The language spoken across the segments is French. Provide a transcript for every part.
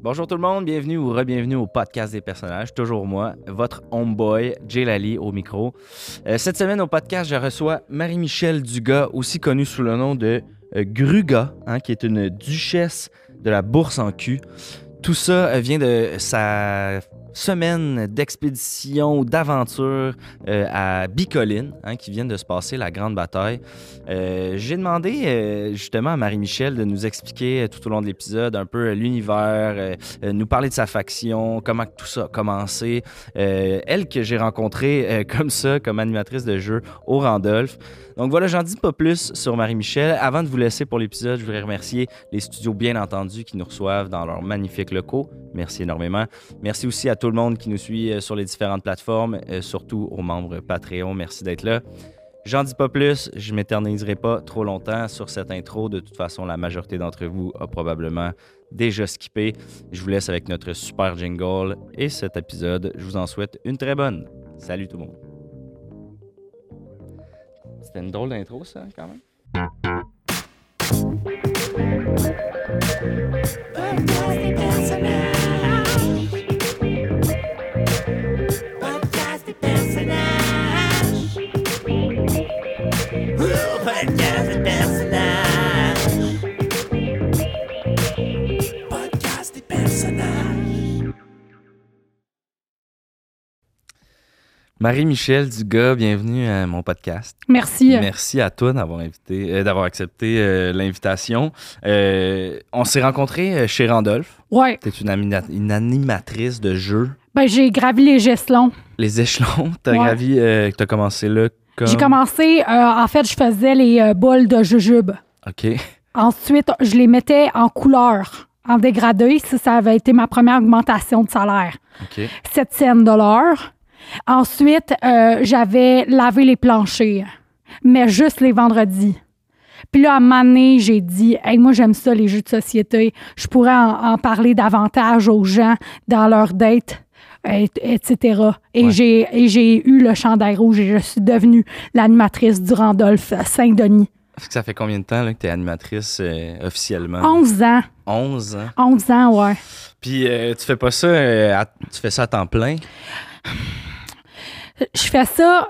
Bonjour tout le monde, bienvenue ou re-bienvenue au podcast des personnages. Toujours moi, votre homeboy, Jay Lally au micro. Euh, cette semaine au podcast, je reçois Marie-Michel Dugas, aussi connue sous le nom de euh, Gruga, hein, qui est une duchesse de la bourse en cul. Tout ça euh, vient de sa semaine d'expédition, d'aventure euh, à Bicoline, hein, qui vient de se passer la grande bataille. Euh, J'ai demandé euh, justement à Marie-Michel de nous expliquer euh, tout au long de l'épisode un peu euh, l'univers, euh, euh, nous parler de sa faction, comment que tout ça a commencé. Euh, elle que j'ai rencontrée euh, comme ça, comme animatrice de jeu au Randolph. Donc voilà, j'en dis pas plus sur Marie-Michel. Avant de vous laisser pour l'épisode, je voudrais remercier les studios, bien entendu, qui nous reçoivent dans leur magnifique locaux. Merci énormément. Merci aussi à tout le monde qui nous suit euh, sur les différentes plateformes, euh, surtout aux membres Patreon. Merci d'être là. J'en dis pas plus, je m'éterniserai pas trop longtemps sur cette intro. De toute façon, la majorité d'entre vous a probablement déjà skippé. Je vous laisse avec notre super jingle et cet épisode. Je vous en souhaite une très bonne. Salut tout le monde. C'était une drôle d'intro, ça, quand même. Podcast des personnages. Podcast des personnages. Ouh, Podcast des personnages. Podcast des personnages. Marie-Michel Dugas, bienvenue à mon podcast. Merci. euh, Merci à toi d'avoir invité, euh, d'avoir accepté euh, l'invitation. Euh, on s'est rencontrés euh, chez Randolph. Ouais. T'es une, amina- une animatrice de jeux. Ben, j'ai gravi les gestelons. Les échelons, t'as Ouais. gravi, euh, t'as commencé là comme... J'ai commencé, euh, en fait, je faisais les euh, bols de jujube. OK. Ensuite, je les mettais en couleur, en dégradé. Ça, ça avait été ma première augmentation de salaire. OK. 7 cents de l'heure. Ensuite, euh, j'avais lavé les planchers, mais juste les vendredis. Puis là, à un moment donné, j'ai dit, hey, moi, j'aime ça, les jeux de société. Je pourrais en, en parler davantage aux gens dans leur date, et- etc. Et Ouais. j'ai- et j'ai eu le chandail rouge et je suis devenue l'animatrice du Randolph Saint-Denis. Fait que Ça fait combien de temps là, que t'es animatrice euh, officiellement? 11 ans. 11 ans. 11 ans, ouais. Puis euh, tu fais pas ça, euh, à- tu fais ça à temps plein? je fais ça.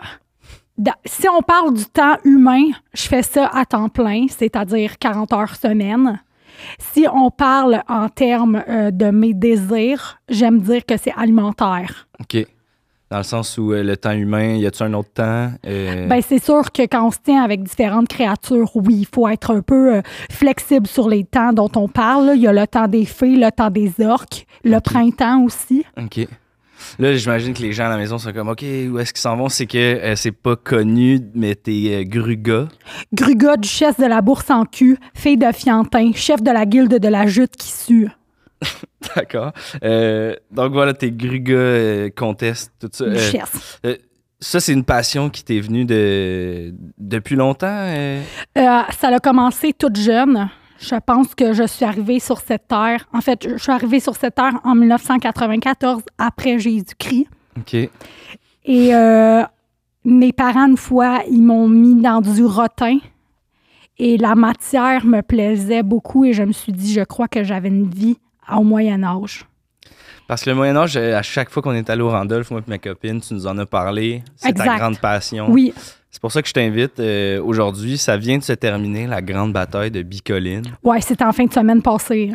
dans- si on parle du temps humain, je fais ça à temps plein, c'est-à-dire 40 heures semaine. Si on parle en termes euh, de mes désirs, j'aime dire que c'est alimentaire. OK. Dans le sens où euh, le temps humain, y a-tu un autre temps? Euh, Ben, c'est sûr que quand on se tient avec différentes créatures, oui, il faut être un peu euh, flexible sur les temps dont on parle. là. Il y a le temps des fées, le temps des orques, le printemps aussi. OK. Là, j'imagine que les gens à la maison sont comme, OK, où est-ce qu'ils s'en vont? C'est que euh, c'est pas connu, mais t'es euh, gruga. Gruga, duchesse de la bourse en cul, fille de Fiantin, chef de la guilde de la jute qui sue. D'accord. Euh, donc voilà, t'es gruga, euh, conteste, tout ça. Euh, Duchesse. ça, c'est une passion qui t'est venue de... depuis longtemps? euh? Euh, ça a commencé toute jeune. Je pense que je suis arrivée sur cette terre. En fait, je suis arrivée sur cette terre en 1994 après Jésus-Christ. OK. Et euh, mes parents, une fois, ils m'ont mis dans du rotin. Et la matière me plaisait beaucoup et je me suis dit, je crois que j'avais une vie au Moyen Âge. Parce que le Moyen-Âge, euh, à chaque fois qu'on est allé au Randolph, moi et ma copine, tu nous en as parlé. C'est ta Exact. grande passion. Oui, C'est pour ça que je t'invite euh, aujourd'hui. Ça vient de se terminer, la grande bataille de Bicoline. ouais, c'était en fin de semaine passée.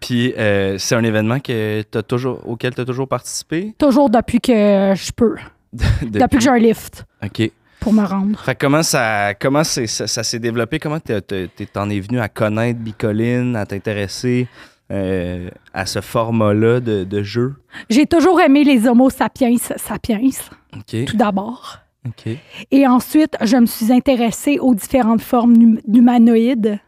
Puis euh, c'est un événement que t'as toujours, auquel tu as toujours participé. Toujours depuis que je peux. Depuis- Depuis que j'ai un lift OK. pour me rendre. Fait que comment ça, comment c'est- ça, ça s'est développé? Comment t'es- t'es- t'es- t'en es venu à connaître Bicoline, à t'intéresser euh, à ce format-là de, de jeu? J'ai toujours aimé les Homo sapiens sapiens, OK. tout d'abord. OK. Et ensuite, je me suis intéressée aux différentes formes hum- d'humanoïdes.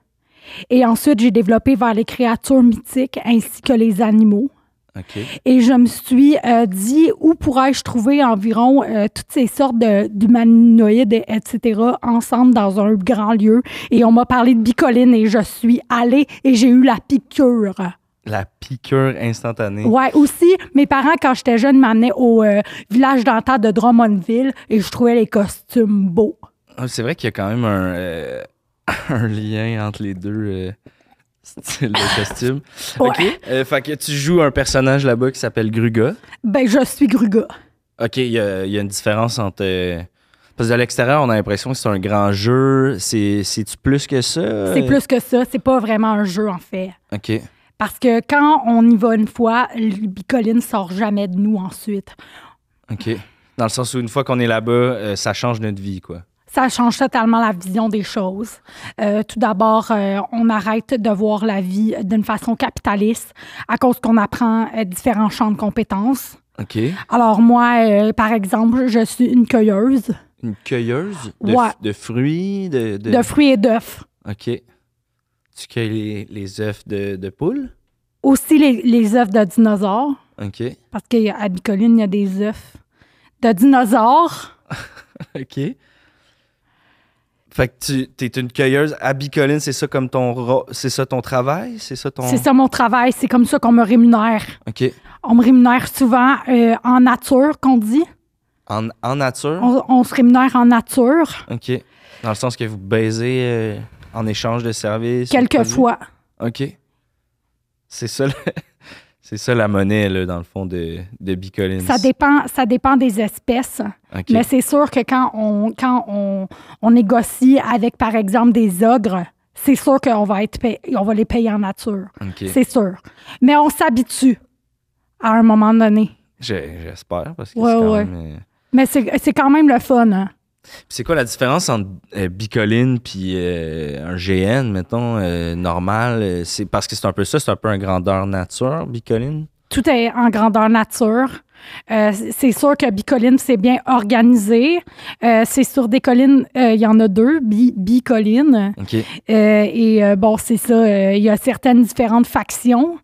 Et ensuite, j'ai développé vers les créatures mythiques ainsi que les animaux. OK. Et je me suis euh, dit où pourrais-je trouver environ euh, toutes ces sortes de- d'humanoïdes, etc., ensemble dans un grand lieu. Et on m'a parlé de bicoline et je suis allée et j'ai eu la piqûre. La piqûre instantanée. Ouais, aussi, mes parents, quand j'étais jeune, m'amenaient au euh, village d'antan de Drummondville et je trouvais les costumes beaux. Ah, C'est vrai qu'il y a quand même un, euh, un lien entre les deux. euh, style de costume. Ouais. OK. Euh, fait que tu joues un personnage là-bas qui s'appelle Gruga. Ben, je suis Gruga. OK, il y, a il y a une différence entre. euh, Parce que de l'extérieur, on a l'impression que c'est un grand jeu. C'est- C'est-tu plus que ça? C'est plus que ça. C'est pas vraiment un jeu, en fait. OK. Parce que quand on y va une fois, le bicoline sort jamais de nous ensuite. OK. Dans le sens où une fois qu'on est là-bas, euh, ça change notre vie, quoi. Ça change totalement la vision des choses. Euh, tout d'abord, euh, on arrête de voir la vie d'une façon capitaliste à cause qu'on apprend euh, différents champs de compétences. OK. Alors moi, euh, par exemple, je suis une cueilleuse Une cueilleuse de, Ouais. de fruits, de, de- de fruits et d'œufs. OK. Tu cueilles les, les œufs de, de poule? Aussi les, les œufs de dinosaures, OK. parce qu'à Bicoline, il y a des œufs de dinosaures. OK. Fait que tu es une cueilleuse à Bicoline, c'est ça comme ton ro- c'est ça ton travail, c'est ça ton C'est ça mon travail, c'est comme ça qu'on me rémunère. OK. On me rémunère souvent euh, en nature, qu'on dit. En, en nature? On, on se rémunère en nature, OK. Dans le sens que vous baisez euh, en échange de services. ou de quelquefois. produits? OK. C'est ça, le- c'est ça la monnaie, là, dans le fond, de, de Bicoline. Ça dépend, ça dépend des espèces. OK. Mais c'est sûr que quand on, quand on, on négocie avec, par exemple, des ogres, c'est sûr qu'on va, être pay- on va les payer en nature. OK. C'est sûr. Mais on s'habitue à un moment donné. J'ai- J'espère, parce que Ouais, c'est quand ouais. même, euh, Mais c'est c'est quand même le fun. hein. Puis C'est quoi la différence entre euh, bicoline puis euh, un GN, mettons, euh, normal? euh, C'est parce que c'est un peu ça, c'est un peu un grandeur nature, bicoline. Tout est en grandeur nature. Euh, c'est sûr que Bicoline, c'est bien organisé. Euh, c'est sur des collines, euh, il y en a deux, bi- Bicoline. OK. Euh, et euh, bon, c'est ça, euh, il y a certaines différentes factions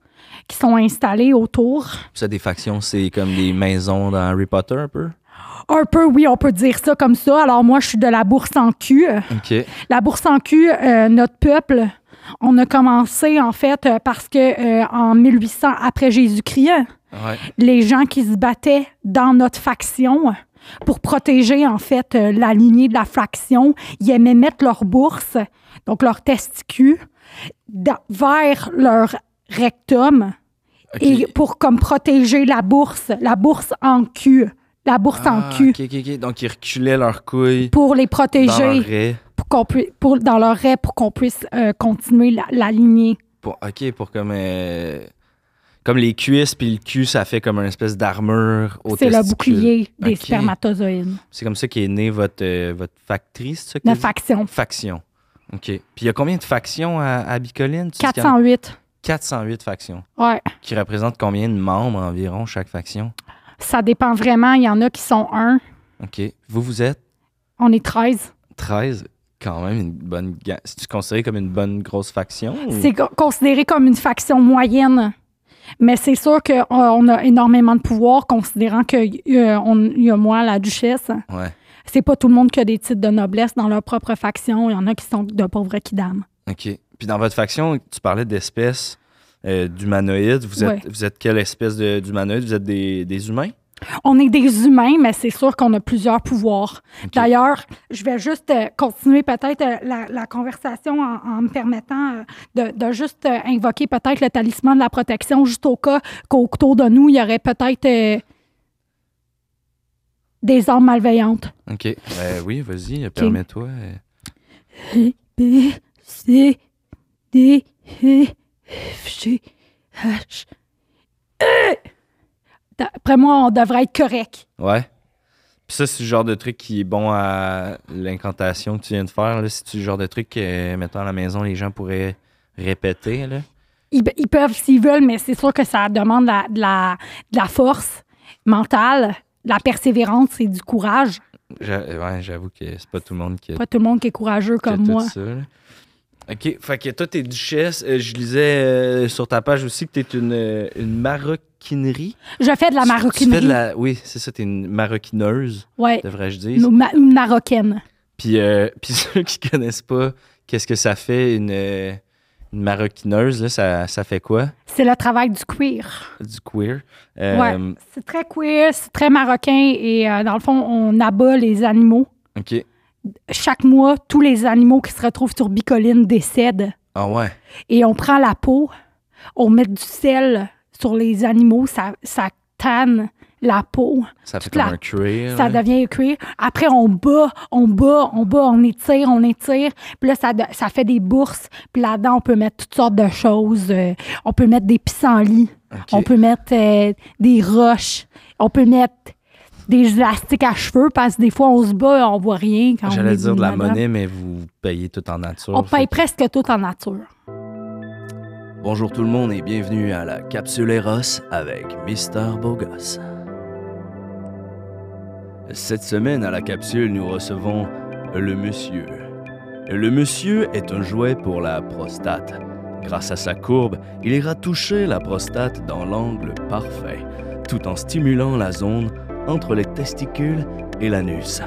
qui sont installées autour. Ça, des factions, c'est comme des maisons dans Harry Potter, un peu? Un peu, oui, on peut dire ça comme ça. Alors moi, je suis de la bourse en cul. OK. La bourse en cul, euh, notre peuple, on a commencé en fait euh, parce que euh, en 1800 après Jésus-Christ, Ouais. les gens qui se battaient dans notre faction pour protéger en fait euh, la lignée de la faction, ils aimaient mettre leur bourse, donc leur testicule, dans- vers leur rectum OK. et pour comme protéger la bourse, la bourse en cul, la bourse Ah, en cul. OK, OK, OK. Donc, ils reculaient leurs couilles Pour les dans leur protéger raie. pour qu'on pui- pour, dans leur raie pour qu'on puisse euh, continuer la, la lignée. Pour, OK, pour comme... euh, Comme les cuisses puis le cul, ça fait comme une espèce d'armure au C'est le testicule. bouclier des Ok. spermatozoïdes, C'est comme ça qu'est née votre, euh, votre factrice, c'est ça que la vous- faction. Faction. OK. Puis il y a combien de factions à, à Bicoline? Tu dis qu'il y en a 408. 408 factions. Ouais. Qui représentent combien de membres environ chaque faction? Ça dépend vraiment. Il y en a qui sont un. OK. Vous, vous êtes On est 13. 13. Quand même une bonne... ga- C'est-tu considéré comme une bonne grosse faction? ou- C'est co- considéré comme une faction moyenne. Mais c'est sûr qu'on a énormément de pouvoir, considérant qu'il y a moi, la duchesse. Ouais. C'est pas tout le monde qui a des titres de noblesse dans leur propre faction. Il y en a qui sont de pauvres qui dames. OK. Puis dans votre faction, tu parlais d'espèces euh, d'humanoïdes. Vous êtes, vous êtes quelle espèce de- d'humanoïde? Vous êtes des, des humains? On est des humains, mais c'est sûr qu'on a plusieurs pouvoirs. D'ailleurs, je vais juste euh, continuer peut-être euh, la, la conversation en, en me permettant euh, de, de juste euh, invoquer peut-être le talisman de la protection, juste au cas qu'autour de nous, il y aurait peut-être euh, des armes malveillantes. OK. Ben oui, vas-y, permets-toi. euh. B, C, D, E, F, G, H, E. D'après moi, on devrait être correct. Ouais. Puis ça, c'est le genre de truc qui est bon à l'incantation que tu viens de faire. Là. C'est-tu le genre de truc que, mettons, à la maison, les gens pourraient répéter. Là. Ils, ils peuvent s'ils veulent, mais c'est sûr que ça demande la- de la, de la force mentale, de la persévérance et du courage. J'a- ouais, j'avoue que c'est pas tout le monde qui a, Pas tout le monde qui est courageux qui a comme tout moi. ça. là. OK. Fait que toi, t'es duchesse. Euh, je lisais euh, sur ta page aussi que t'es une, euh, une maroquinerie. Je fais de la Tu- tu fais maroquinerie. de la- Oui, c'est ça, t'es une maroquineuse, Ouais, devrais-je dire. une, ma- une marocaine. Puis, euh, puis ceux qui connaissent pas, qu'est-ce que ça fait une, euh, une maroquineuse? Là, ça, ça fait quoi? C'est le travail du queer. du queer. Euh, Ouais. C'est très queer, c'est très marocain et euh, dans le fond, on abat les animaux. OK. Chaque mois, tous les animaux qui se retrouvent sur Bicoline décèdent Ah ouais. et on prend la peau, on met du sel sur les animaux, ça, ça tanne la peau, Ça fait Toute la- comme un cuir. ça là. devient cuir. Après, on bat, on bat, on bat, on étire, on étire. Puis là, ça, de- ça fait des bourses. Puis là-dedans, on peut mettre toutes sortes de choses. Euh, on peut mettre des pissenlits. Ok. On peut mettre euh, des roches. On peut mettre des élastiques à cheveux parce que des fois, on se bat, on voit rien. quand on J'allais est dire de la dedans. monnaie, mais vous payez tout en nature. On paye Fait presque tout en nature. que- Bonjour tout le monde et bienvenue à la Capsule Eros avec Mister Bogos. Cette semaine à la Capsule, nous recevons le monsieur. Le monsieur est un jouet pour la prostate. Grâce à sa courbe, il ira toucher la prostate dans l'angle parfait, tout en stimulant la zone entre les testicules et l'anus.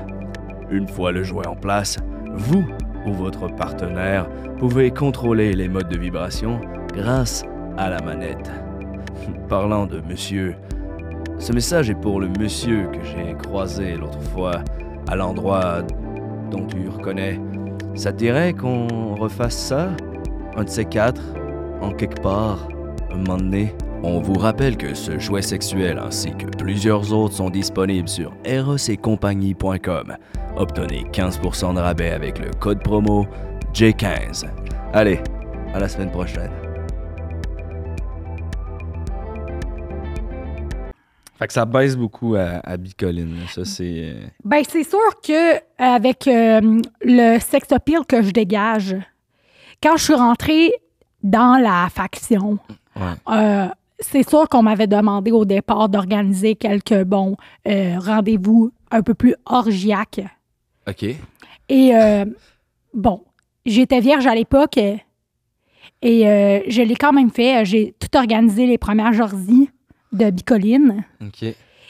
Une fois le jouet en place, vous ou votre partenaire pouvez contrôler les modes de vibration grâce à la manette. Parlant de monsieur, ce message est pour le monsieur que j'ai croisé l'autre fois à l'endroit dont tu reconnais. Ça te dirait qu'on refasse ça Un de ces quatre En quelque part Un moment donné On vous rappelle que ce jouet sexuel ainsi que plusieurs autres sont disponibles sur erosetcompagnie.com. Obtenez 15% de rabais avec le code promo J15. Allez, à la semaine prochaine. Fait que ça baisse beaucoup à, à Bicoline. là. Ça, c'est. euh, Ben, c'est sûr que avec euh, le sextopile que je dégage, quand je suis rentrée dans la faction, Ouais. euh, c'est sûr qu'on m'avait demandé au départ d'organiser quelques bons euh, rendez-vous un peu plus orgiaques. OK. Et euh, bon, j'étais vierge à l'époque euh, et euh, je l'ai quand même fait. J'ai tout organisé les premières orgies de Bicoline. OK.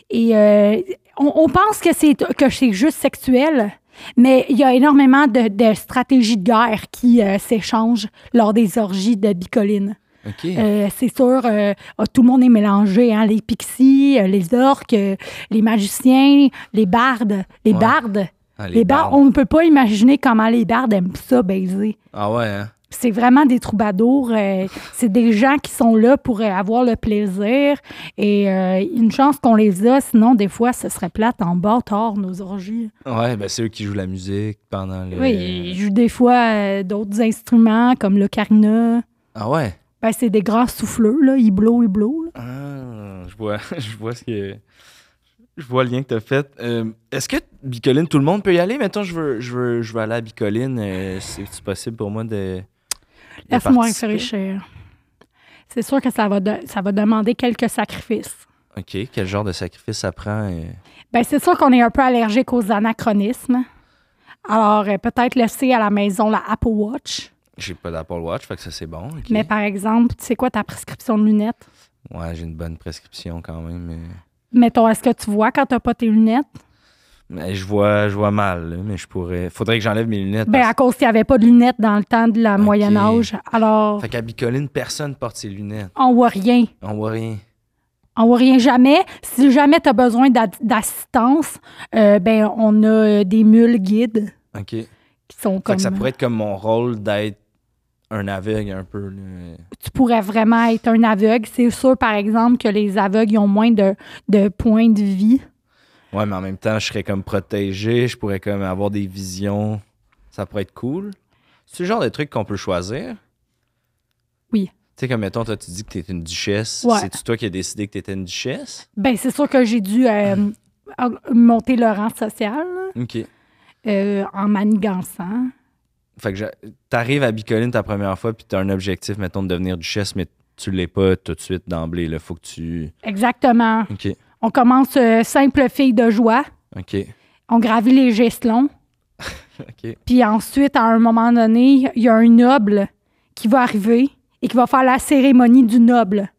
Et euh, on, on pense que c'est que c'est juste sexuel, mais il y a énormément de, de stratégies de guerre qui euh, s'échangent lors des orgies de bicoline. OK. Euh, c'est sûr, euh, ah, tout le monde est mélangé, hein, les pixies, euh, les orques, euh, les magiciens, les bardes, les Ouais. bardes. Ah, Les, bardes, on ne peut pas imaginer comment les bardes aiment ça baiser. Ah ouais, hein? C'est vraiment des troubadours. euh, c'est des gens qui sont là pour euh, avoir le plaisir. Et euh, une chance qu'on les a, sinon, des fois, ce serait plate en bas, tard, nos orgies. Ouais, ben c'est eux qui jouent la musique pendant Euh. les... Oui, ils jouent des fois euh, d'autres instruments comme le carna. Ah ouais? Ben, c'est des grands souffleux, là. Ils blow, ils blow. là. Ah, je vois, je vois ce que... Je vois le lien que t'as fait. Euh, Est-ce que Bicoline, tout le monde peut y aller? Mettons, je veux, je veux, je veux aller à Bicoline. euh, C'est-tu possible pour moi de... de Laisse-moi participer? réfléchir. C'est sûr que ça va, de- ça va demander quelques sacrifices. OK, quel genre de sacrifice ça prend? euh? Ben, c'est sûr qu'on est un peu allergique aux anachronismes. Alors, euh, peut-être laisser à la maison la Apple Watch. J'ai pas d'Apple Watch, fait que ça, c'est bon. ok. Mais par exemple, tu sais quoi ta prescription de lunettes? Ouais, j'ai une bonne prescription quand même. euh. mais- Mettons, est-ce que tu vois quand t'as pas tes lunettes? Mais je vois, je vois mal, là, mais je pourrais... Faudrait que j'enlève mes lunettes. Ben, parce- à cause qu'il n'y avait pas de lunettes dans le temps de la Ok. Moyen Âge. Alors, Fait qu'à Bicoline, personne porte ses lunettes. on voit rien. On voit rien. On voit rien jamais. Si jamais tu as besoin d'a- d'assistance, euh, ben, on a euh, des mules guides OK. Fait qui sont que comme... ça pourrait être comme mon rôle d'être un aveugle un peu. là. Tu pourrais vraiment être un aveugle. C'est sûr, par exemple, que les aveugles ils ont moins de, de points de vie. Ouais, mais en même temps, je serais comme protégé, je pourrais comme avoir des visions. Ça pourrait être cool. C'est le genre de truc qu'on peut choisir. Oui. Tu sais, comme mettons, toi, tu dis que t'es une duchesse. Ouais. C'est-tu toi qui as décidé que t'étais une duchesse? Ben, c'est sûr que j'ai dû euh, aug- monter le rang social. OK. euh, en manigançant. Fait que je- t'arrives à Bicoline ta première fois, puis t'as un objectif, mettons, de devenir duchesse, mais tu l'es pas tout de suite d'emblée. Là, faut que tu. Exactement. OK. On commence euh, simple fille de joie. OK. On gravit les gestelons. OK. Puis ensuite, à un moment donné, il y a un noble qui va arriver et qui va faire la cérémonie du noble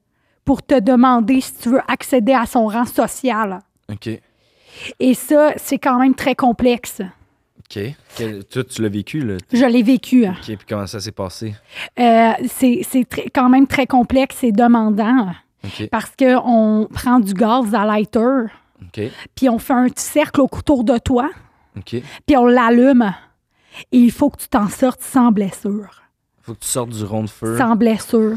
pour te demander si tu veux accéder à son rang social. OK. Et ça, c'est quand même très complexe. OK. Quel- toi, tu l'as vécu, là. Je l'ai vécu. hein. OK, puis comment ça s'est passé? Euh, c'est c'est très- quand même très complexe et demandant hein, OK. parce qu'on prend du gaz à lighter, OK. puis on fait un petit cercle autour de toi. OK. puis on l'allume. Et il faut que tu t'en sortes sans blessure. Faut que tu sortes du rond de feu. sans blessure.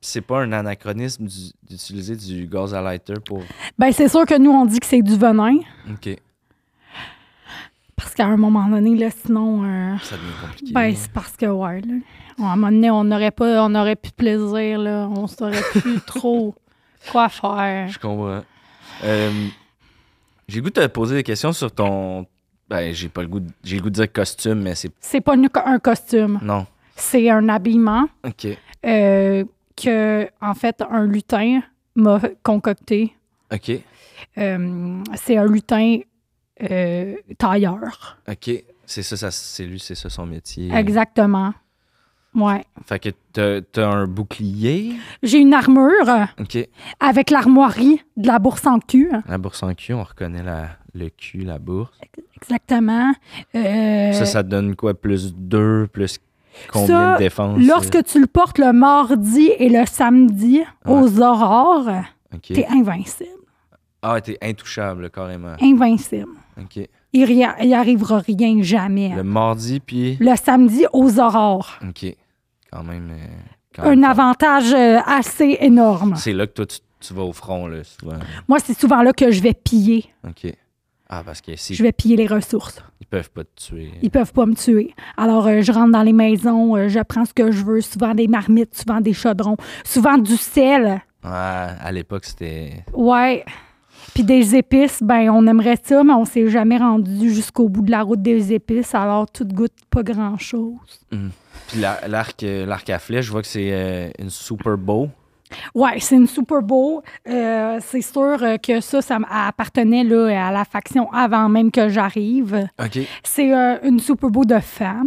C'est pas un anachronisme du- d'utiliser du gaz à lighter pour. Ben, c'est sûr que nous, on dit que c'est du venin, Ok, parce qu'à un moment donné, là, sinon. euh, ça devient compliqué. Ben, c'est parce que, ouais, là. À un moment donné, on n'aurait pas, on aurait plus de plaisir, là. On saurait plus trop quoi faire. Je comprends. Euh, j'ai le goût de te poser des questions sur ton. Ben, j'ai pas le goût. de- J'ai le goût de dire costume, mais c'est. C'est pas une- un costume, Non. c'est un habillement Ok. euh, que, en fait, un lutin m'a concocté. Ok. Euh, c'est un lutin euh, tailleur. Ok. C'est ça, ça- c'est lui, c'est ça son métier. Exactement. Ouais. Fait que t'as, t'as un bouclier. J'ai une armure Ok. avec l'armoirie de la bourse en cul. La bourse en cul, on reconnaît la, le cul, la bourse. Exactement. Euh, Ça, ça te donne quoi? Plus 2, plus combien Ça, de défense? Lorsque tu le portes le mardi et le samedi aux aurores, euh? Ok. t'es invincible. Ah, t'es intouchable, carrément. Invincible. Ok. Il n'y arrivera rien jamais. Le Le, mardi, puis. samedi aux aurores. Ok. Quand même. euh, quand Un même fort. avantage euh, assez énorme. C'est là que toi, tu, tu vas au front, là, souvent. Moi, c'est souvent là que je vais piller. OK. Ah, parce que si, Je vais piller les ressources. ils peuvent pas te tuer. Ils peuvent pas me tuer. Alors, euh, je rentre dans les maisons, euh, je prends ce que je veux, souvent des marmites, souvent des chaudrons, souvent du sel. Ouais, à l'époque, c'était... Ouais. Puis des épices, ben on aimerait ça, mais on s'est jamais rendu jusqu'au bout de la route des épices, alors tout goûte pas grand-chose. Puis la- l'arc euh, l'arc à flèche, je vois que c'est euh, une super bow. Ouais, c'est une Super Bowl. Euh, c'est sûr euh, que ça, ça m- appartenait là, à la faction avant même que j'arrive. OK. C'est euh, une Super Bowl de femme,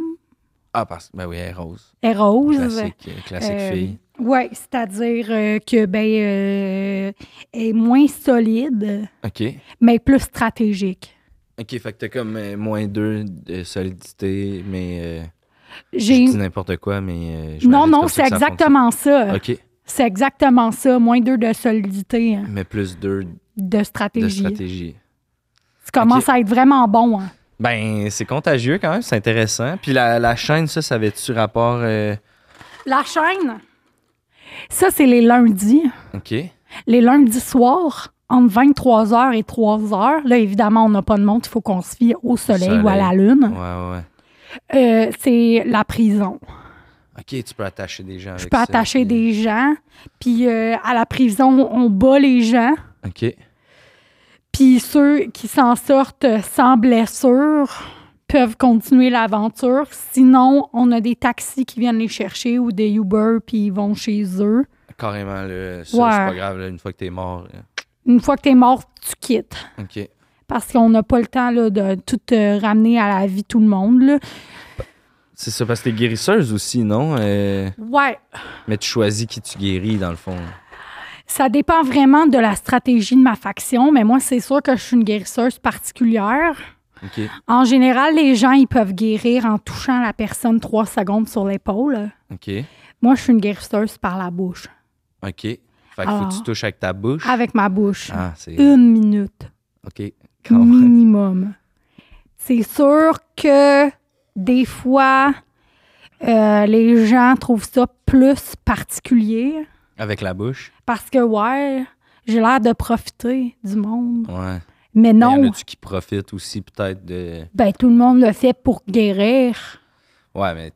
Ah, parce que... Ben oui, elle est rose. et rose. Classique, euh, classique Euh, fille. ouais, c'est-à-dire euh, que ben euh, elle est moins solide, OK. mais plus stratégique. OK, fait que t'as comme euh, moins 2 de solidité, mais... euh, je J'ai dis n'importe quoi, mais... euh, j'imagine non, que non, comme ça c'est que ça exactement ça. fonctionne. OK, C'est exactement ça, moins deux de solidité, hein, mais plus 2 de de stratégie. stratégie. Tu commences à être vraiment bon. hein. Ben, c'est contagieux quand même, c'est intéressant. Puis la, la chaîne, ça, ça avait-tu rapport... euh, La chaîne, ça, c'est les lundis. OK. Les lundis soirs, entre 23h et 3h, là, évidemment, on n'a pas de montre, il faut qu'on se fie au soleil, Soleil. ou à la Ouais, lune. ouais. Euh, c'est la prison. OK, tu peux attacher des gens Je avec peux ça, attacher puis- des gens, puis euh, à la prison, on bat les gens, OK. puis ceux qui s'en sortent sans blessure peuvent continuer l'aventure. Sinon, on a des taxis qui viennent les chercher ou des Uber, puis ils vont chez eux. Carrément, là, ça, Ouais. c'est pas grave, là, une fois que t'es mort. euh. là. Une fois que tu es mort, tu quittes. OK. parce qu'on n'a pas le temps là, de tout euh, ramener à la vie tout le monde. Là. C'est ça, parce que t'es guérisseuse aussi, non? Euh, Ouais, mais tu choisis qui tu guéris, dans le fond. ça dépend vraiment de la stratégie de ma faction, mais moi, c'est sûr que je suis une guérisseuse particulière. OK. En général, les gens, ils peuvent guérir en touchant la personne trois secondes sur l'épaule. OK. Moi, je suis une guérisseuse par la bouche, OK. Fait que faut Alors. que tu touches avec ta bouche. Ah. avec ma bouche. Ah, c'est... Une minute OK. Quand même. minimum. C'est sûr que des fois, euh, les gens trouvent ça plus particulier. Avec la bouche? Parce que, ouais, j'ai l'air de profiter du monde. Ouais. Mais Mais Y en non, a-tu qui profitent aussi, peut-être, de... ben, tout le monde le fait pour guérir. Ouais, mais...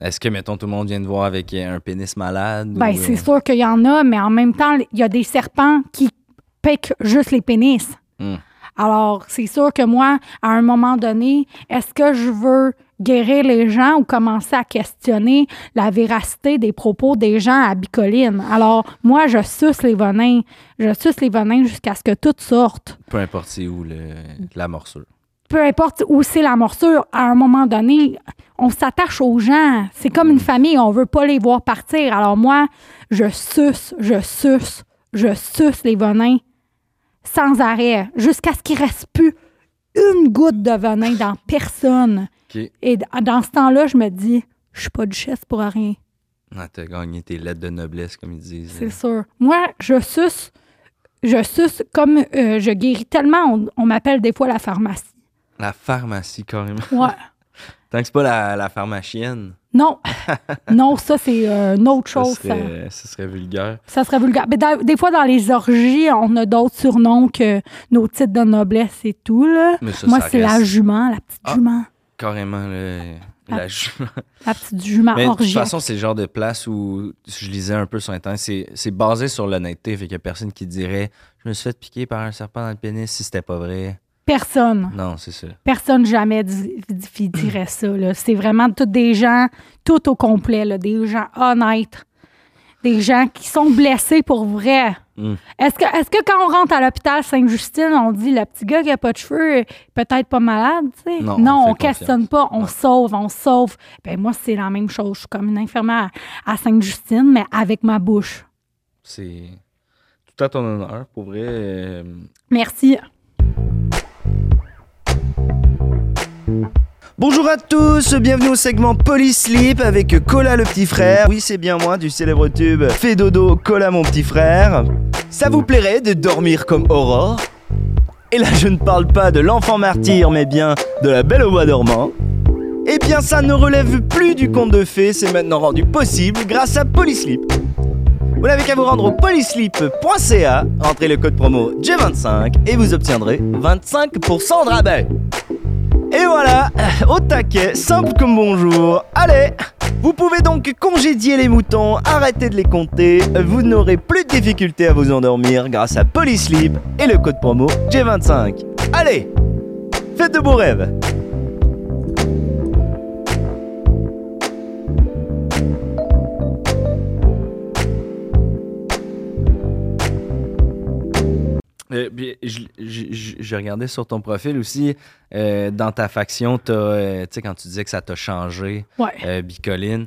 Est-ce que, mettons, tout le monde vient te voir avec un pénis malade? Ben, ou- euh, c'est sûr qu'il y en a, mais en même temps, il y a des serpents qui piquent juste les pénis. Hmm. Alors, c'est sûr que moi, à un moment donné, est-ce que je veux guérir les gens ou commencer à questionner la véracité des propos des gens à Bicoline? Alors, moi, je suce les venins. Je suce les venins jusqu'à ce que tout sorte. Peu importe c'est où, le... la morsure. peu importe où c'est la morsure, à un moment donné, on s'attache aux gens. C'est comme une famille, on veut pas les voir partir. Alors moi, je suce, je suce, je suce les venins sans arrêt, jusqu'à ce qu'il reste plus une goutte de venin dans personne. OK. Et d- dans ce temps-là, je me dis, je suis pas duchesse pour rien, Ah, t'as gagné tes lettres de noblesse, comme ils disent. c'est sûr. Moi, je suce, je suce comme euh, je guéris tellement, on, on m'appelle des fois la pharmacie. La pharmacie, carrément. Ouais. Tant que c'est pas la, la pharmacienne, Non, non, ça, c'est euh, une autre ça chose. ça. serait, ça serait vulgaire. Ça serait vulgaire. Mais da- des fois, dans les orgies, on a d'autres surnoms que nos titres de noblesse et tout. Là. Mais ça, Moi, ça c'est la Ah, reste jument, la petite Ah. jument. carrément le- la jument. La petite jument Mais de toute orgiaque. façon, c'est le genre de place où je lisais un peu sur Internet. C'est, c'est basé sur l'honnêteté. Fait qu'il y a personne qui dirait Je me suis fait piquer par un serpent dans le pénis si c'était pas vrai. Personne. Non, c'est ça. Personne jamais di- di- dirait ça. là. C'est vraiment tous des gens, tout au complet, là, des gens honnêtes, des gens qui sont blessés pour vrai. Mm. Est-ce que, est que quand on rentre à l'hôpital Sainte-Justine, on dit le petit gars qui a pas de cheveux, peut-être pas malade, tu sais? Non, on on, fait confiance. questionne pas, on sauve, on sauve. Ben moi, c'est la même chose. Je suis comme une infirmière à Sainte-Justine, mais avec ma bouche. C'est tout à ton honneur. Pour vrai, euh, Merci. Bonjour à tous, bienvenue au segment Polysleep avec Cola le petit frère. Oui, c'est bien moi du célèbre tube Fais dodo, Cola mon petit frère. Ça vous plairait de dormir comme Aurore Et là, je ne parle pas de l'enfant martyr, mais bien de la belle au bois dormant. Eh bien, ça ne relève plus du conte de fées, c'est maintenant rendu possible grâce à Polysleep. Vous n'avez qu'à vous rendre au polysleep.ca, rentrez le code promo J25 et vous obtiendrez 25% de rabais. Et voilà, au taquet, simple comme bonjour. Allez Vous pouvez donc congédier les moutons, arrêter de les compter, vous n'aurez plus de difficulté à vous endormir grâce à Polysleep et le code promo G25. Allez Faites de beaux rêves Euh, puis je- je- je- J'ai regardé sur ton profil aussi, euh, dans ta faction, t'as, euh, tu sais, quand tu disais que ça t'a changé, Ouais, euh, Bicoline,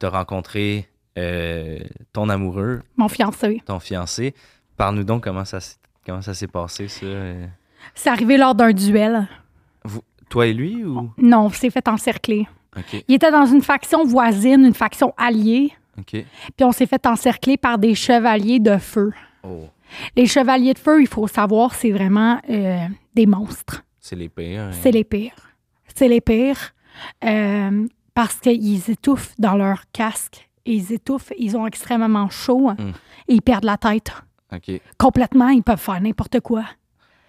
t'as rencontré euh, ton amoureux, mon fiancé. ton fiancé. Parle-nous donc comment ça, s'est- comment ça s'est passé, ça. euh. C'est arrivé lors d'un duel. Vous- toi et lui ou. Non, on s'est fait encercler. Ok, Il était dans une faction voisine, une faction alliée, ok. puis on s'est fait encercler par des chevaliers de feu. Oh, Les chevaliers de feu, il faut savoir, c'est vraiment euh, des monstres. c'est les pires. hein. C'est les pires. C'est les pires euh, parce qu'ils étouffent dans leur casque. Ils étouffent, ils ont extrêmement chaud Mm. et ils perdent la tête. Ok. Complètement, ils peuvent faire n'importe quoi.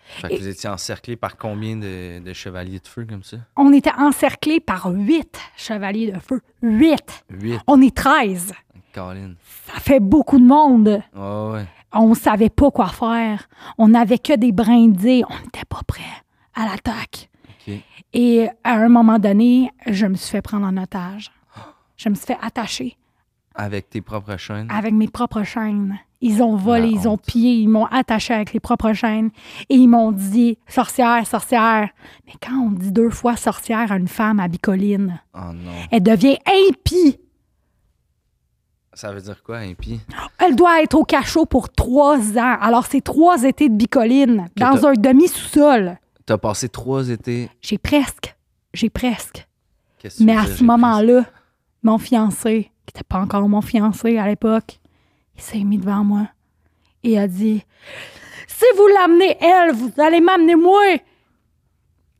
Fait que vous étiez encerclé par combien de, de chevaliers de feu comme ça? On était encerclés par huit chevaliers de feu. Huit! Huit, On est 13. Colin. Ça fait beaucoup de monde. Oh, ouais. On savait pas quoi faire. On n'avait que des brindilles. On n'était pas prêts à l'attaque. Ok. Et à un moment donné, je me suis fait prendre en otage. Je me suis fait attacher Avec tes propres chaînes. avec mes propres chaînes. Ils ont volé, La ils ont honte. pillé, ils m'ont attaché avec les propres chaînes. Et ils m'ont dit sorcière, sorcière. Mais quand on dit deux fois sorcière à une femme à bicoline, Oh non. elle devient impie. Ça veut dire quoi, impie? Elle doit être au cachot pour trois ans. Alors, c'est trois étés de bicoline dans t'as- un demi-sous-sol. T'as passé trois étés. J'ai presque. J'ai presque. Qu'est-ce que tu Mais veux à dire, ce j'ai pris- moment-là, mon fiancé, qui n'était pas encore mon fiancé à l'époque, il s'est mis devant moi et a dit Si vous l'amenez, elle, vous allez m'amener moi.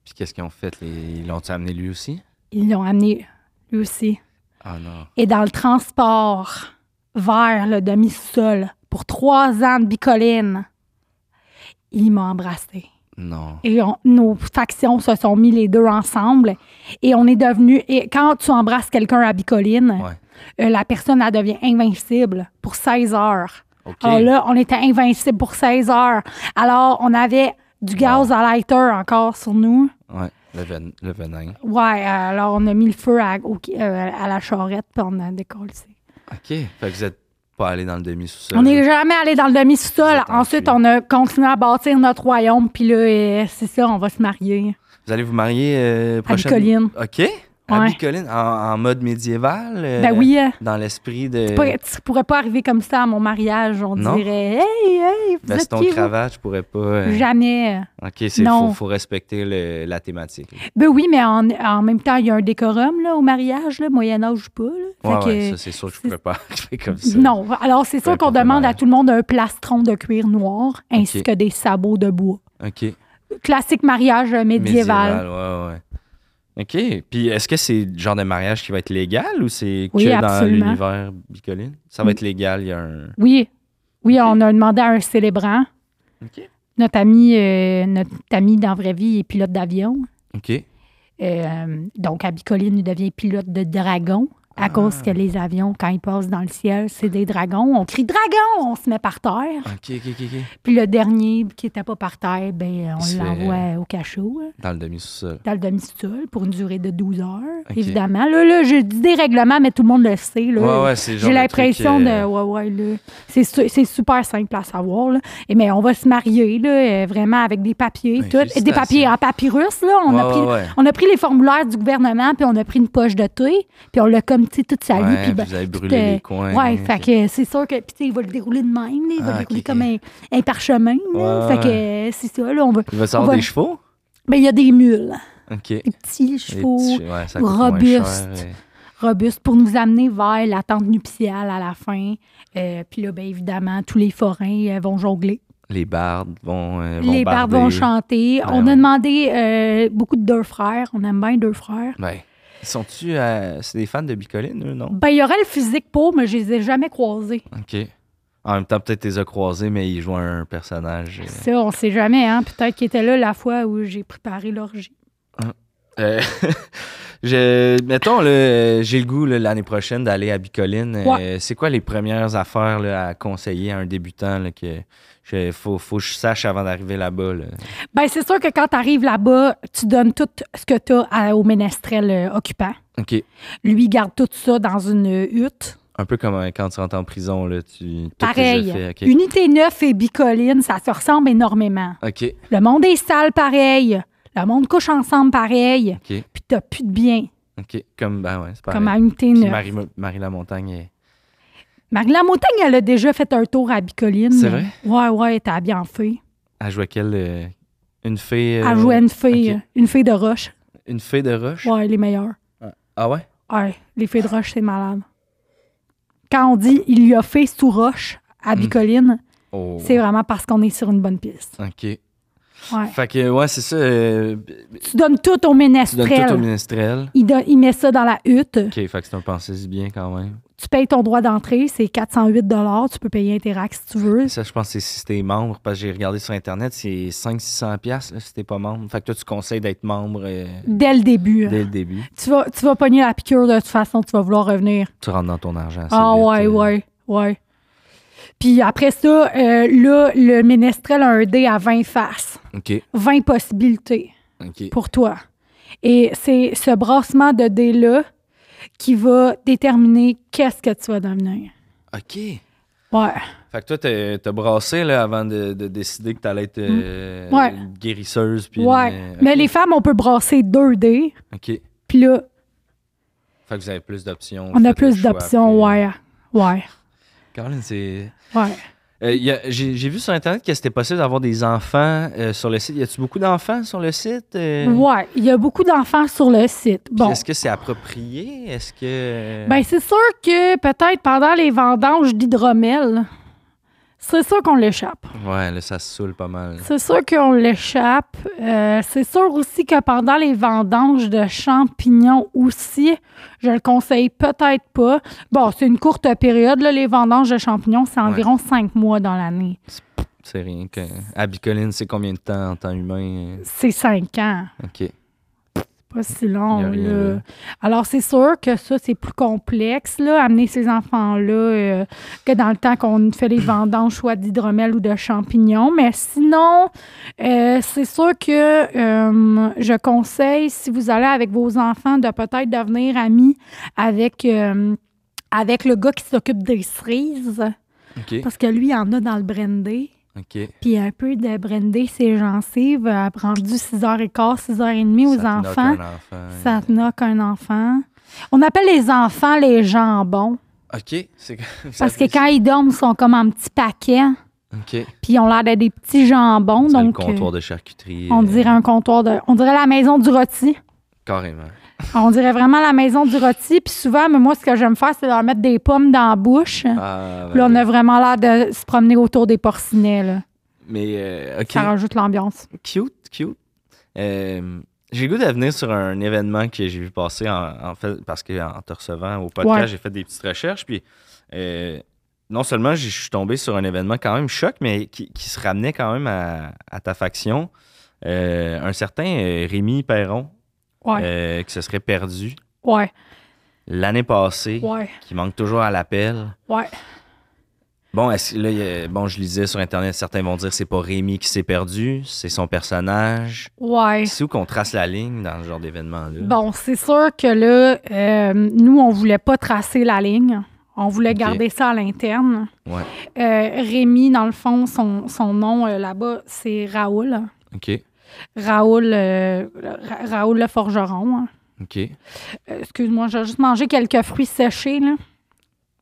Puis qu'est-ce qu'ils ont fait? les- Ils l'ont amené lui aussi? Ils l'ont amené lui aussi. Ah non. Et dans le transport vers le demi-sol, pour trois ans de bicoline, il m'a embrassé. Non. Et on- nos factions se sont mis les deux ensemble. Et on est devenus. Et quand tu embrasses quelqu'un à bicoline, Ouais. Euh, la personne, elle devient invincible pour 16 heures. OK. Alors Ah, là, on était invincible pour 16 heures. Alors, on avait du gaz à lighter encore sur nous. Ouais. Le, ven- le venin. Ouais, euh, alors on a mis le feu à, au- euh, à la charrette, puis on a décollé. OK. Fait que vous êtes pas allé dans le demi-sous-sol. On n'est jamais allé dans le Ben Vous demi-sous-sol. êtes Ensuite, enfui. on a continué à bâtir notre royaume, puis là, euh, c'est ça, on va se marier. Vous allez vous marier euh, prochainement? Bicoline. OK. À Ouais. Bicoline, en, en mode médiéval? euh, ben oui, euh, Dans l'esprit de... tu pourrais- tu pourrais pas arriver comme ça à mon mariage. On Non. dirait, hey, hey, vous êtes Veston, qui, vous? cravate, je pourrais pas... euh, Jamais. OK, c'est Non. faut, faut respecter le- la thématique. Ben oui, mais en, en même temps, il y a un décorum là, au mariage, là, Moyen-Âge ou pas. là. Ouais, Fait ouais, que- ça, c'est sûr que je pourrais pas arriver comme ça. non, alors c'est sûr Peu qu'on importe le demande à mariage. tout le monde un plastron de cuir noir ainsi Ok. que des sabots de bois. OK. Classique mariage euh, médiéval. Médiéval, ouais, ouais. OK. Puis est-ce que c'est le genre de mariage qui va être légal ou c'est Oui, que absolument. Mm. dans l'univers bicoline? Ça va être légal, il y a un. Oui, oui, on a demandé à un célébrant. OK. Notre ami, euh, notre ami dans la vraie vie est pilote d'avion. OK. Euh, donc, à Bicoline, il devient pilote de dragon Ah. à cause que les avions, quand ils passent dans le ciel, c'est des dragons. On crie dragon, on se met par terre. OK, OK, OK. Puis le dernier qui n'était pas par terre, ben, Il se on fait- l'envoie au cachot, hein, Dans le demi-sous-sol. dans le demi-sol, pour une durée de 12 heures, Ok. évidemment. Là, là, j'ai dit des règlements, mais tout le monde le sait. Là. Ouais, ouais, c'est le genre J'ai de l'impression truc, de. euh, Ouais, ouais, là. C'est, su- c'est super simple à savoir, là. Et mais on va se marier, là, euh, vraiment avec des papiers, Ben, tout. Et des félicitations. papiers en papyrus, là. On, a Ouais, pris, ouais, ouais. on a pris les formulaires du gouvernement, puis on a pris une poche de thé, puis on l'a comme, tu sais, toute sa vie. Ouais, Puis, ben, vous avez tout, brûlé euh, les coins. Ouais, fait OK. que c'est sûr que, puis tu sais, il va le dérouler de même, là, il va Ah, le dérouler ok, comme un, un parchemin, là. Ouais, Fait que euh, c'est ça, là, on va. Il va sortir on va- des chevaux? Ben, il y a des mules, OK. des petits Les chevaux petits- ouais, ça coûte moins robustes. cher, robustes pour nous amener vers la tente nuptiale à la fin. Euh, Puis là, ben, évidemment, tous les forains euh, vont jongler. et Les bardes vont. euh, vont les bardes vont barder. chanter. Ben on ouais. a demandé euh, beaucoup de deux frères. On aime bien deux frères. Ouais. Sont-tu. euh, c'est des fans de bicoline, eux, non? Ben, il y aurait le physique pour, mais je les ai jamais croisés. OK. En même temps, peut-être les a croisés, mais ils jouent un personnage. euh, Ça, on sait jamais, hein. Peut-être qu'ils étaient là la fois où j'ai préparé l'orgie. Euh, je, mettons, là, euh, j'ai le goût là, l'année prochaine d'aller à Bicoline. Euh, c'est quoi les premières affaires là, à conseiller à un débutant là, que je, faut, faut que je sache avant d'arriver là-bas? là? Ben, c'est sûr que quand tu arrives là-bas, tu donnes tout ce que tu as au ménestrel euh, occupant. OK. Lui, il garde tout ça dans une euh, hutte. Un peu comme euh, quand tu rentres en prison, là, tu. tout est Pareil. déjà fait, OK. Unité 9 et bicoline, ça se ressemble énormément. OK. Le monde est sale pareil. Le monde couche ensemble pareil. OK. Puis t'as plus de bien, OK. Comme, ben ouais, c'est pareil. comme à Unité Puis 9. Marie, Marie euh, Lamontagne est. Marie-La Montagne, elle a déjà fait un tour à Bicoline. C'est vrai? Ouais, ouais, elle était habillée en fée. Elle jouait quelle? euh, une fée. euh, Elle jouait une fée, ok. euh, une fée de roche. Une fée de roche? Ouais, les meilleures. Ah ouais? Ouais, les fées de roche, c'est malade. Quand on dit il y a fait sous roche à Bicoline, Oh. c'est vraiment parce qu'on est sur une bonne piste. OK. Ouais. Fait que, ouais, c'est ça. euh, Tu donnes tout au tu donnes tout au ménestrel. ministrel. Il, don- il met ça dans la hutte. OK, fait que c'est un pensée bien quand même. Tu payes ton droit d'entrée, c'est 408 Tu peux payer Interact si tu veux. Ça, je pense que c'est si t'es membre, parce que j'ai regardé sur Internet, c'est 500-600$ piastres, là, si t'es pas membre. Fait que toi, tu conseilles d'être membre euh, Dès le début. hein. dès le début. Tu, vas, tu vas pogner la piqûre de toute façon, tu vas vouloir revenir. Tu rentres dans ton argent. assez Ah vite, ouais, euh. ouais, ouais. Puis après ça, euh, là, le ménestrel a un dé à 20 faces, OK, 20 possibilités OK. pour toi. Et c'est ce brassement de dés-là qui va déterminer qu'est-ce que tu vas devenir. OK. Fait Ouais. que toi, t'as t'as brassé là, avant de, de décider que t'allais être euh, Mm. Ouais. une guérisseuse. Puis ouais. une, euh, Mais OK. les femmes, on peut brasser deux dés. OK. Puis là, Fait que vous avez plus d'options. on a faites le plus choix euh, d'options. après. Ouais. Ouais. Caroline, c'est. Ouais. Euh, y a- J'ai j'ai vu sur Internet que c'était possible d'avoir des enfants euh, sur le site. Y a-tu beaucoup d'enfants sur le site? euh? Ouais. Il y a beaucoup d'enfants sur le site. Puis Bon. Est-ce que c'est approprié? Est-ce que. euh, Ben, c'est sûr que peut-être pendant les vendanges d'hydromel, c'est sûr qu'on l'échappe. Ouais, là, ça se saoule pas mal. C'est sûr qu'on l'échappe. Euh, c'est sûr aussi que pendant les vendanges de champignons aussi, je le conseille peut-être pas. Bon, c'est une courte période, là, les vendanges de champignons, c'est environ cinq mois dans l'année. C'est rien que. À Bicoline, c'est combien de temps en temps humain? euh? C'est cinq ans. OK. Pas si long, Y a rien, là. là. Alors, c'est sûr que ça, c'est plus complexe, là, amener ces enfants-là euh, que dans le temps qu'on fait les vendanges, soit d'hydromel ou de champignons. Mais sinon, euh, c'est sûr que euh, je conseille, si vous allez avec vos enfants, de peut-être devenir amis avec, euh, avec le gars qui s'occupe des cerises, OK. parce que lui, il en a dans le brandy. OK. Puis un peu de brandy, ses gencives, euh, rendu 6h15, 6h30 aux Ça te knock enfants. un enfant, Ça te knock un enfant. On appelle les enfants les jambons hein. OK. C'est vous parce que avez- quand ils dorment, ils sont comme en petits paquets, OK. puis ils ont l'air d'être des petits jambons. C'est le Donc, comptoir euh, de charcuterie. on euh, dirait un comptoir de. On dirait la maison du rôti. Carrément. On dirait vraiment la maison du rôti. Puis souvent, mais moi, ce que j'aime faire, c'est leur mettre des pommes dans la bouche. Ah, Puis là, on ben, a vraiment l'air de se promener autour des porcinets. là. Mais, euh, OK. Ça rajoute l'ambiance. Cute, cute. Euh, J'ai le goût de venir sur un événement que j'ai vu passer, en, en fait, parce qu'en te recevant au podcast, Ouais. j'ai fait des petites recherches. Puis, euh, non seulement je suis tombé sur un événement quand même choc, mais qui, qui se ramenait quand même à, à ta faction. Euh, un certain euh, Rémi Perron, Ouais, euh, qui se serait perdu ouais, l'année passée, ouais, qui manque toujours à l'appel. ouais. Bon, est-ce- là, il y a- bon, je lisais sur Internet, certains vont dire c'est pas Rémi qui s'est perdu, c'est son personnage. Ouais. C'est où qu'on trace la ligne dans ce genre d'événement-là? Bon, c'est sûr que là, euh, nous, on voulait pas tracer la ligne. On voulait Ok. garder ça à l'interne. Ouais. Euh, Rémi, dans le fond, son, son nom euh, là-bas, c'est Raoul. OK, Raoul, euh, Ra- Raoul le forgeron. hein. OK. Il Euh, Excuse-moi, j'ai juste mangé quelques fruits séchés. Là.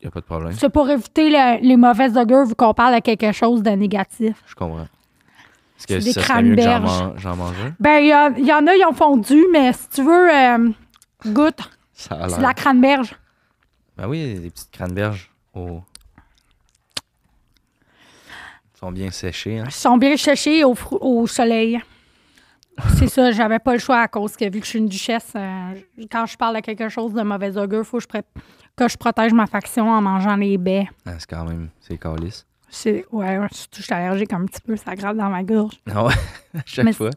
n'y a pas de problème. C'est pour éviter le- les mauvaises augures vu qu'on parle de quelque chose de négatif. Je comprends. Est-ce C'est que des ça serait mieux que j'en cranberges. mange, j'en mange un? Ben, il y, a- il y en a, ils ont fondu, mais si tu veux, euh, goûte. Ça a C'est l'air. de la cranberge. Ben oui, des petites cranberges. au- Ils sont bien séchées. Hein? Ils sont bien séchés au, frou- au soleil. C'est ça, j'avais pas le choix à cause que vu que je suis une duchesse, euh, j- quand je parle de quelque chose de mauvais augure, faut que je, pré- que je protège ma faction en mangeant les baies. Ah, c'est quand même, c'est calice. C'est, ouais, ouais, surtout je suis allergique un petit peu, ça gratte dans ma gorge. Ah ouais, à chaque Mais- fois.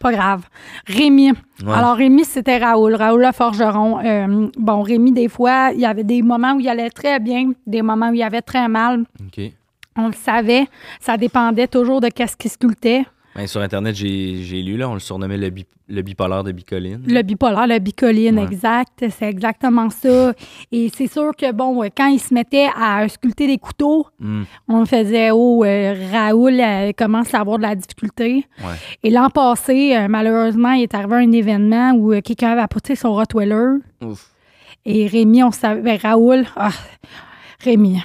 Pas grave. Rémi. Ouais. Alors, Rémi, c'était Raoul. Raoul le forgeron. Euh, bon, Rémi, des fois, il y avait des moments où il allait très bien, des moments où il avait très mal. OK. On le savait. Ça dépendait toujours de qu'est-ce qu'il sculptait. Ben, sur Internet, j'ai j'ai lu, là, on le surnommait le, bi- le bipolaire de Bicoline. Le bipolaire, le bicoline, Ouais. exact. C'est exactement ça. Et c'est sûr que, bon, euh, quand il se mettait à sculpter des couteaux, Hmm. on faisait Oh, euh, Raoul euh, commence à avoir de la difficulté. Ouais. Et l'an passé, euh, malheureusement, il est arrivé un événement où euh, quelqu'un avait apporté son Rottweiler. Ouf. Et Rémi, on savait. ben, Raoul, ah, Rémi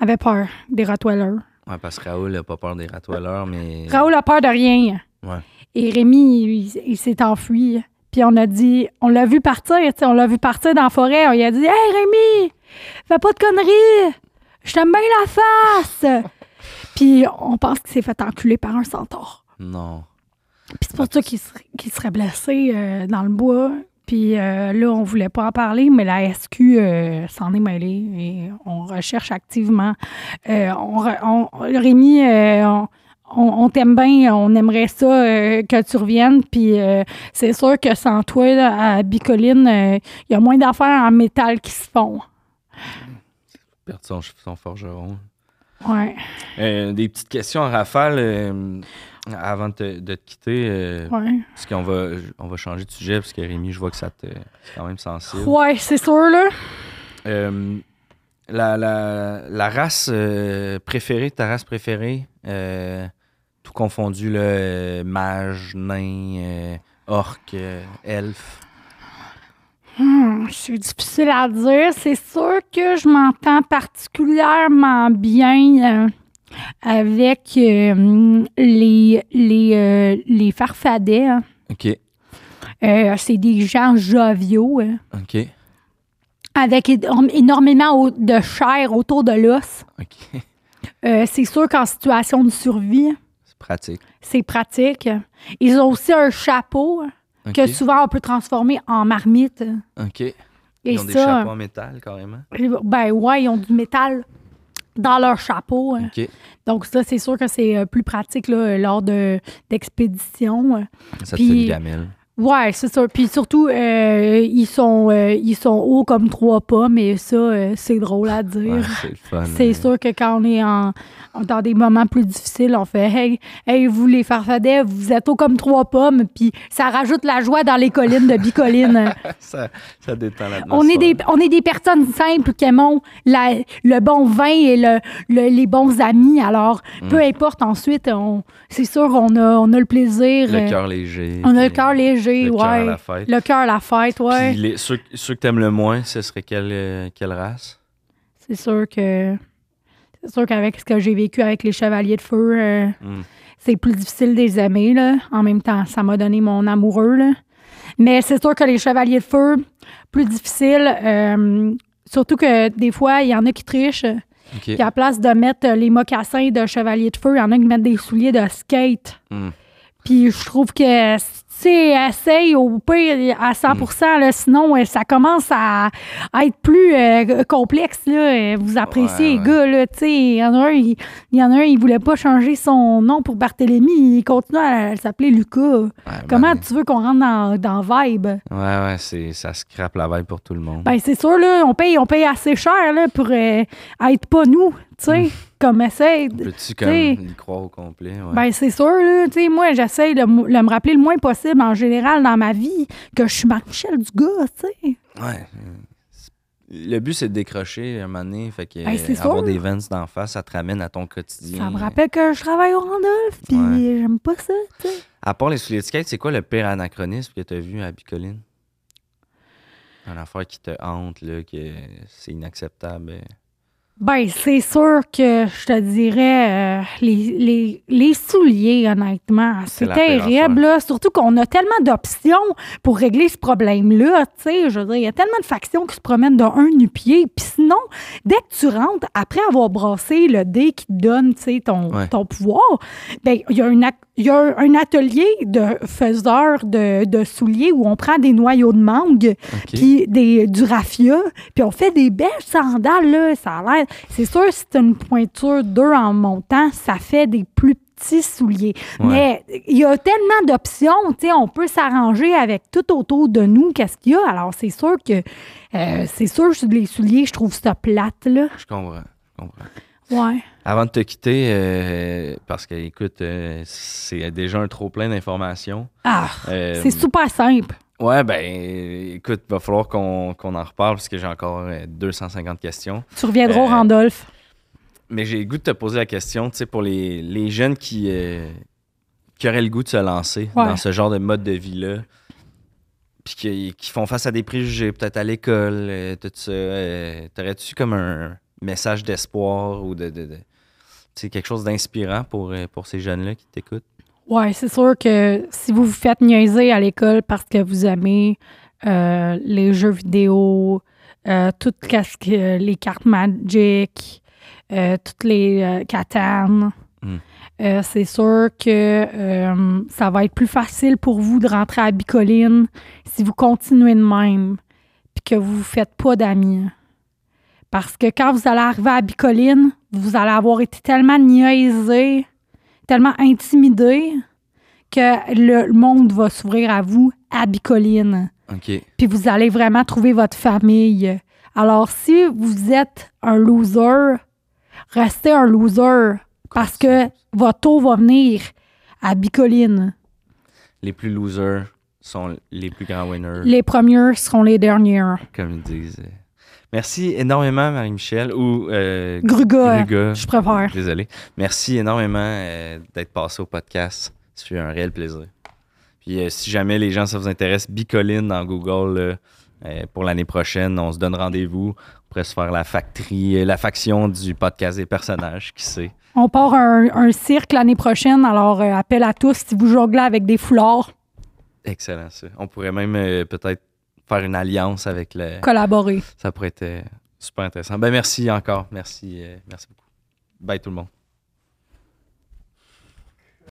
avait peur des Rottweilers. Ouais, parce que Raoul n'a pas peur des ratoileurs, mais. Raoul a peur de rien. Ouais. Et Rémi, il, il s'est enfui. Puis on a dit, on l'a vu partir, tu sais, on l'a vu partir dans la forêt. On lui a dit, Hey Rémi, fais pas de conneries, je t'aime bien la face. Puis on pense qu'il s'est fait enculer par un centaure. Non. Puis c'est pour ça qu'il serait, qu'il serait blessé euh, dans le bois. Puis euh, là, on voulait pas en parler, mais la SQ euh, s'en est mêlée et on recherche activement. Euh, on re- on- Rémi, euh, on, on- on t'aime bien, on aimerait ça euh, que tu reviennes. Puis euh, c'est sûr que sans toi, là, à Bicoline, euh, il y a moins d'affaires en métal qui se font. Perdre son, son forgeron. Ouais, Euh, des petites questions en rafale euh, avant de te, de te quitter. euh, ouais. Parce qu'on va, on va changer de sujet, parce que Rémi, je vois que ça te, c'est quand même sensible. Ouais, c'est sûr, là. Euh, la, la, la race euh, préférée, ta race préférée, euh, tout confondu, là, euh, mage, nain, euh, orc, euh, elfe. Hmm, c'est difficile à dire. C'est sûr que je m'entends particulièrement bien euh, avec euh, hum, les, les, euh, les farfadets. hein. OK, Euh, c'est des gens joviaux, hein, OK, avec éno- énormément au- de chair autour de l'os. OK. Euh, c'est sûr qu'en situation de survie, C'est pratique. c'est pratique. Ils ont aussi un chapeau hein, OK, que souvent on peut transformer en marmite. OK. Et Ils ont des ça, chapeaux en métal, carrément. Ben ouais, ils ont du métal dans leur chapeau. hein. OK. Donc ça, c'est sûr que c'est euh, plus pratique là, euh, lors de d'expéditions. euh. Ça, Puis- c'est une gamelle. Ouais, c'est sûr. Puis surtout, euh, ils sont euh, ils sont hauts comme trois pas, mais ça, euh, c'est drôle à Ouais, dire. c'est le fun. C'est euh. sûr que quand on est en, dans des moments plus difficiles, on fait Hey, hey vous les farfadets, vous êtes hauts comme trois pommes, puis ça rajoute la joie dans les collines de Bicoline. Ça, ça détend l'atmosphère. On est, des, on est des personnes simples qui aiment la- le bon vin et le, le- les bons amis. Alors, Mm. peu importe, ensuite, on, c'est sûr, on a, on a le plaisir. Le euh, cœur léger. on a le puis- cœur léger, le ouais. cœur à la fête. Le cœur à la fête, ouais. Puis les- ceux, ceux que t'aimes le moins, ce serait quelle, euh, quelle race? C'est sûr que. C'est sûr qu'avec ce que j'ai vécu avec les Chevaliers de Feu, euh, Mm. c'est plus difficile de les aimer. Là. En même temps, ça m'a donné mon amoureux. Là. Mais c'est sûr que les Chevaliers de Feu, plus difficile. euh, surtout que des fois, il y en a qui trichent. OK. Puis à la place de mettre euh, les mocassins de Chevalier de Feu, il y en a qui mettent des souliers de skate. Mm. Puis je trouve que sais, essaye au pire à 100 Hmm. là, sinon euh, ça commence à, à être plus euh, complexe. Là. Euh, Vous Ouais, appréciez les gars, là, tu sais, il y en a un, il, il y en a un, il voulait pas changer son nom pour Barthélemy, il continue à s'appeler Ah, Lucas. ben Comment tu veux qu'on rentre dans, dans Vibe? Ouais, ouais, c'est, ça scrape la veille pour tout le monde. Ben c'est sûr, là, on paye, on paye assez cher là, pour euh, être pas nous, tu Hmm. sais, comme essaye. de- Peux-tu comme t'sais- y croire au complet? Ouais. Ben c'est sûr, là, tu sais, moi, j'essaye de m- le me rappeler le moins possible en général dans ma vie que je suis Marie-Michel Dugas, tu sais. Ouais. Le but, c'est de décrocher un moment donné. Fait que Ben, c'est avoir sûr. des vents d'en face, ça te ramène à ton quotidien. Ça me rappelle que je travaille au Randolph, puis Ouais. j'aime pas ça, tu sais. À part les souliers de skate, c'est quoi le pire anachronisme que tu as vu à Bicoline? Un affaire qui te hante, là, que c'est inacceptable. euh. Ben, c'est sûr que je te dirais euh, les, les, les souliers, honnêtement. C'est C'est la pire terrible, affaire. là. Surtout qu'on a tellement d'options pour régler ce problème-là. Tu sais, je veux dire, il y a tellement de factions qui se promènent d'un un nu-pied. Puis sinon, dès que tu rentres, après avoir brassé le dé qui te donne, tu sais, ton, Ouais. ton pouvoir, ben, il y a, une ac- il y a un atelier de faiseurs de, de souliers où on prend des noyaux de mangue OK. puis des, du raffia, puis on fait des belles sandales, là, ça a l'air... C'est sûr, si t'as une pointure 2 en montant, ça fait des plus petits souliers. Ouais. Mais il y a tellement d'options, tu sais, on peut s'arranger avec tout autour de nous, qu'est-ce qu'il y a. Alors, c'est sûr que... euh, c'est sûr, je- les souliers, je trouve ça plate, là. Je comprends. je comprends. Ouais. Avant de te quitter, euh, parce que, écoute, euh, c'est déjà un trop plein d'informations. Ah, Euh, c'est super simple. Ouais, ben, euh, écoute, va falloir qu'on qu'on en reparle parce que j'ai encore euh, 250 questions. Tu reviendras au euh, Randolph. Mais j'ai le goût de te poser la question, tu sais, pour les, les jeunes qui, euh, qui auraient le goût de se lancer Ouais. dans ce genre de mode de vie-là, puis qui, qui font face à des préjugés, peut-être à l'école, euh, tout ça, euh, t'aurais-tu comme un message d'espoir ou de... de, de- tu sais, quelque chose d'inspirant pour, euh, pour ces jeunes-là qui t'écoutent. Ouais, c'est sûr que si vous vous faites niaiser à l'école parce que vous aimez euh, les jeux vidéo, euh, tout ce que- euh, les cartes Magic, euh, toutes les euh, Catan, Mm. euh, c'est sûr que euh, ça va être plus facile pour vous de rentrer à Bicoline si vous continuez de même puis que vous vous faites pas d'amis. Parce que quand vous allez arriver à Bicoline, vous allez avoir été tellement niaisé tellement intimidé que le, le monde va s'ouvrir à vous à Bicoline. OK. Puis vous allez vraiment trouver votre famille. Alors, si vous êtes un loser, restez un loser parce que votre tour va venir à Bicoline. Les plus losers sont les plus grands winners. Les premiers seront les derniers. comme ils disent. Merci énormément, Marie-Michel, ou euh, Gruga, Gruga. je préfère. Désolé. Merci énormément euh, d'être passé au podcast. C'est un réel plaisir. Puis euh, si jamais les gens, ça vous intéresse, Bicoline dans Google là, euh, pour l'année prochaine, on se donne rendez-vous. On pourrait se faire la factory, euh, la faction du podcast des personnages, qui sait. On part un, un cirque l'année prochaine, alors euh, appel à tous si vous jonglez avec des foulards, Excellent ça. On pourrait même euh, peut-être faire une alliance avec le. collaborez. Ça pourrait être euh, super intéressant. Ben merci encore. Merci, euh, merci beaucoup. Bye tout le monde.